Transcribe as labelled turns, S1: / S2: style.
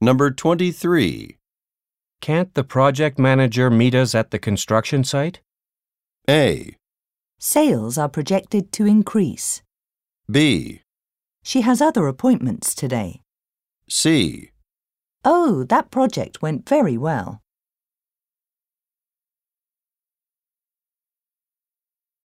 S1: Number 23.
S2: Can't the project manager meet us at the construction site?
S1: A.
S3: Sales are projected to increase.
S1: B.
S3: She has other appointments today.
S1: C.
S3: Oh, that project went very well.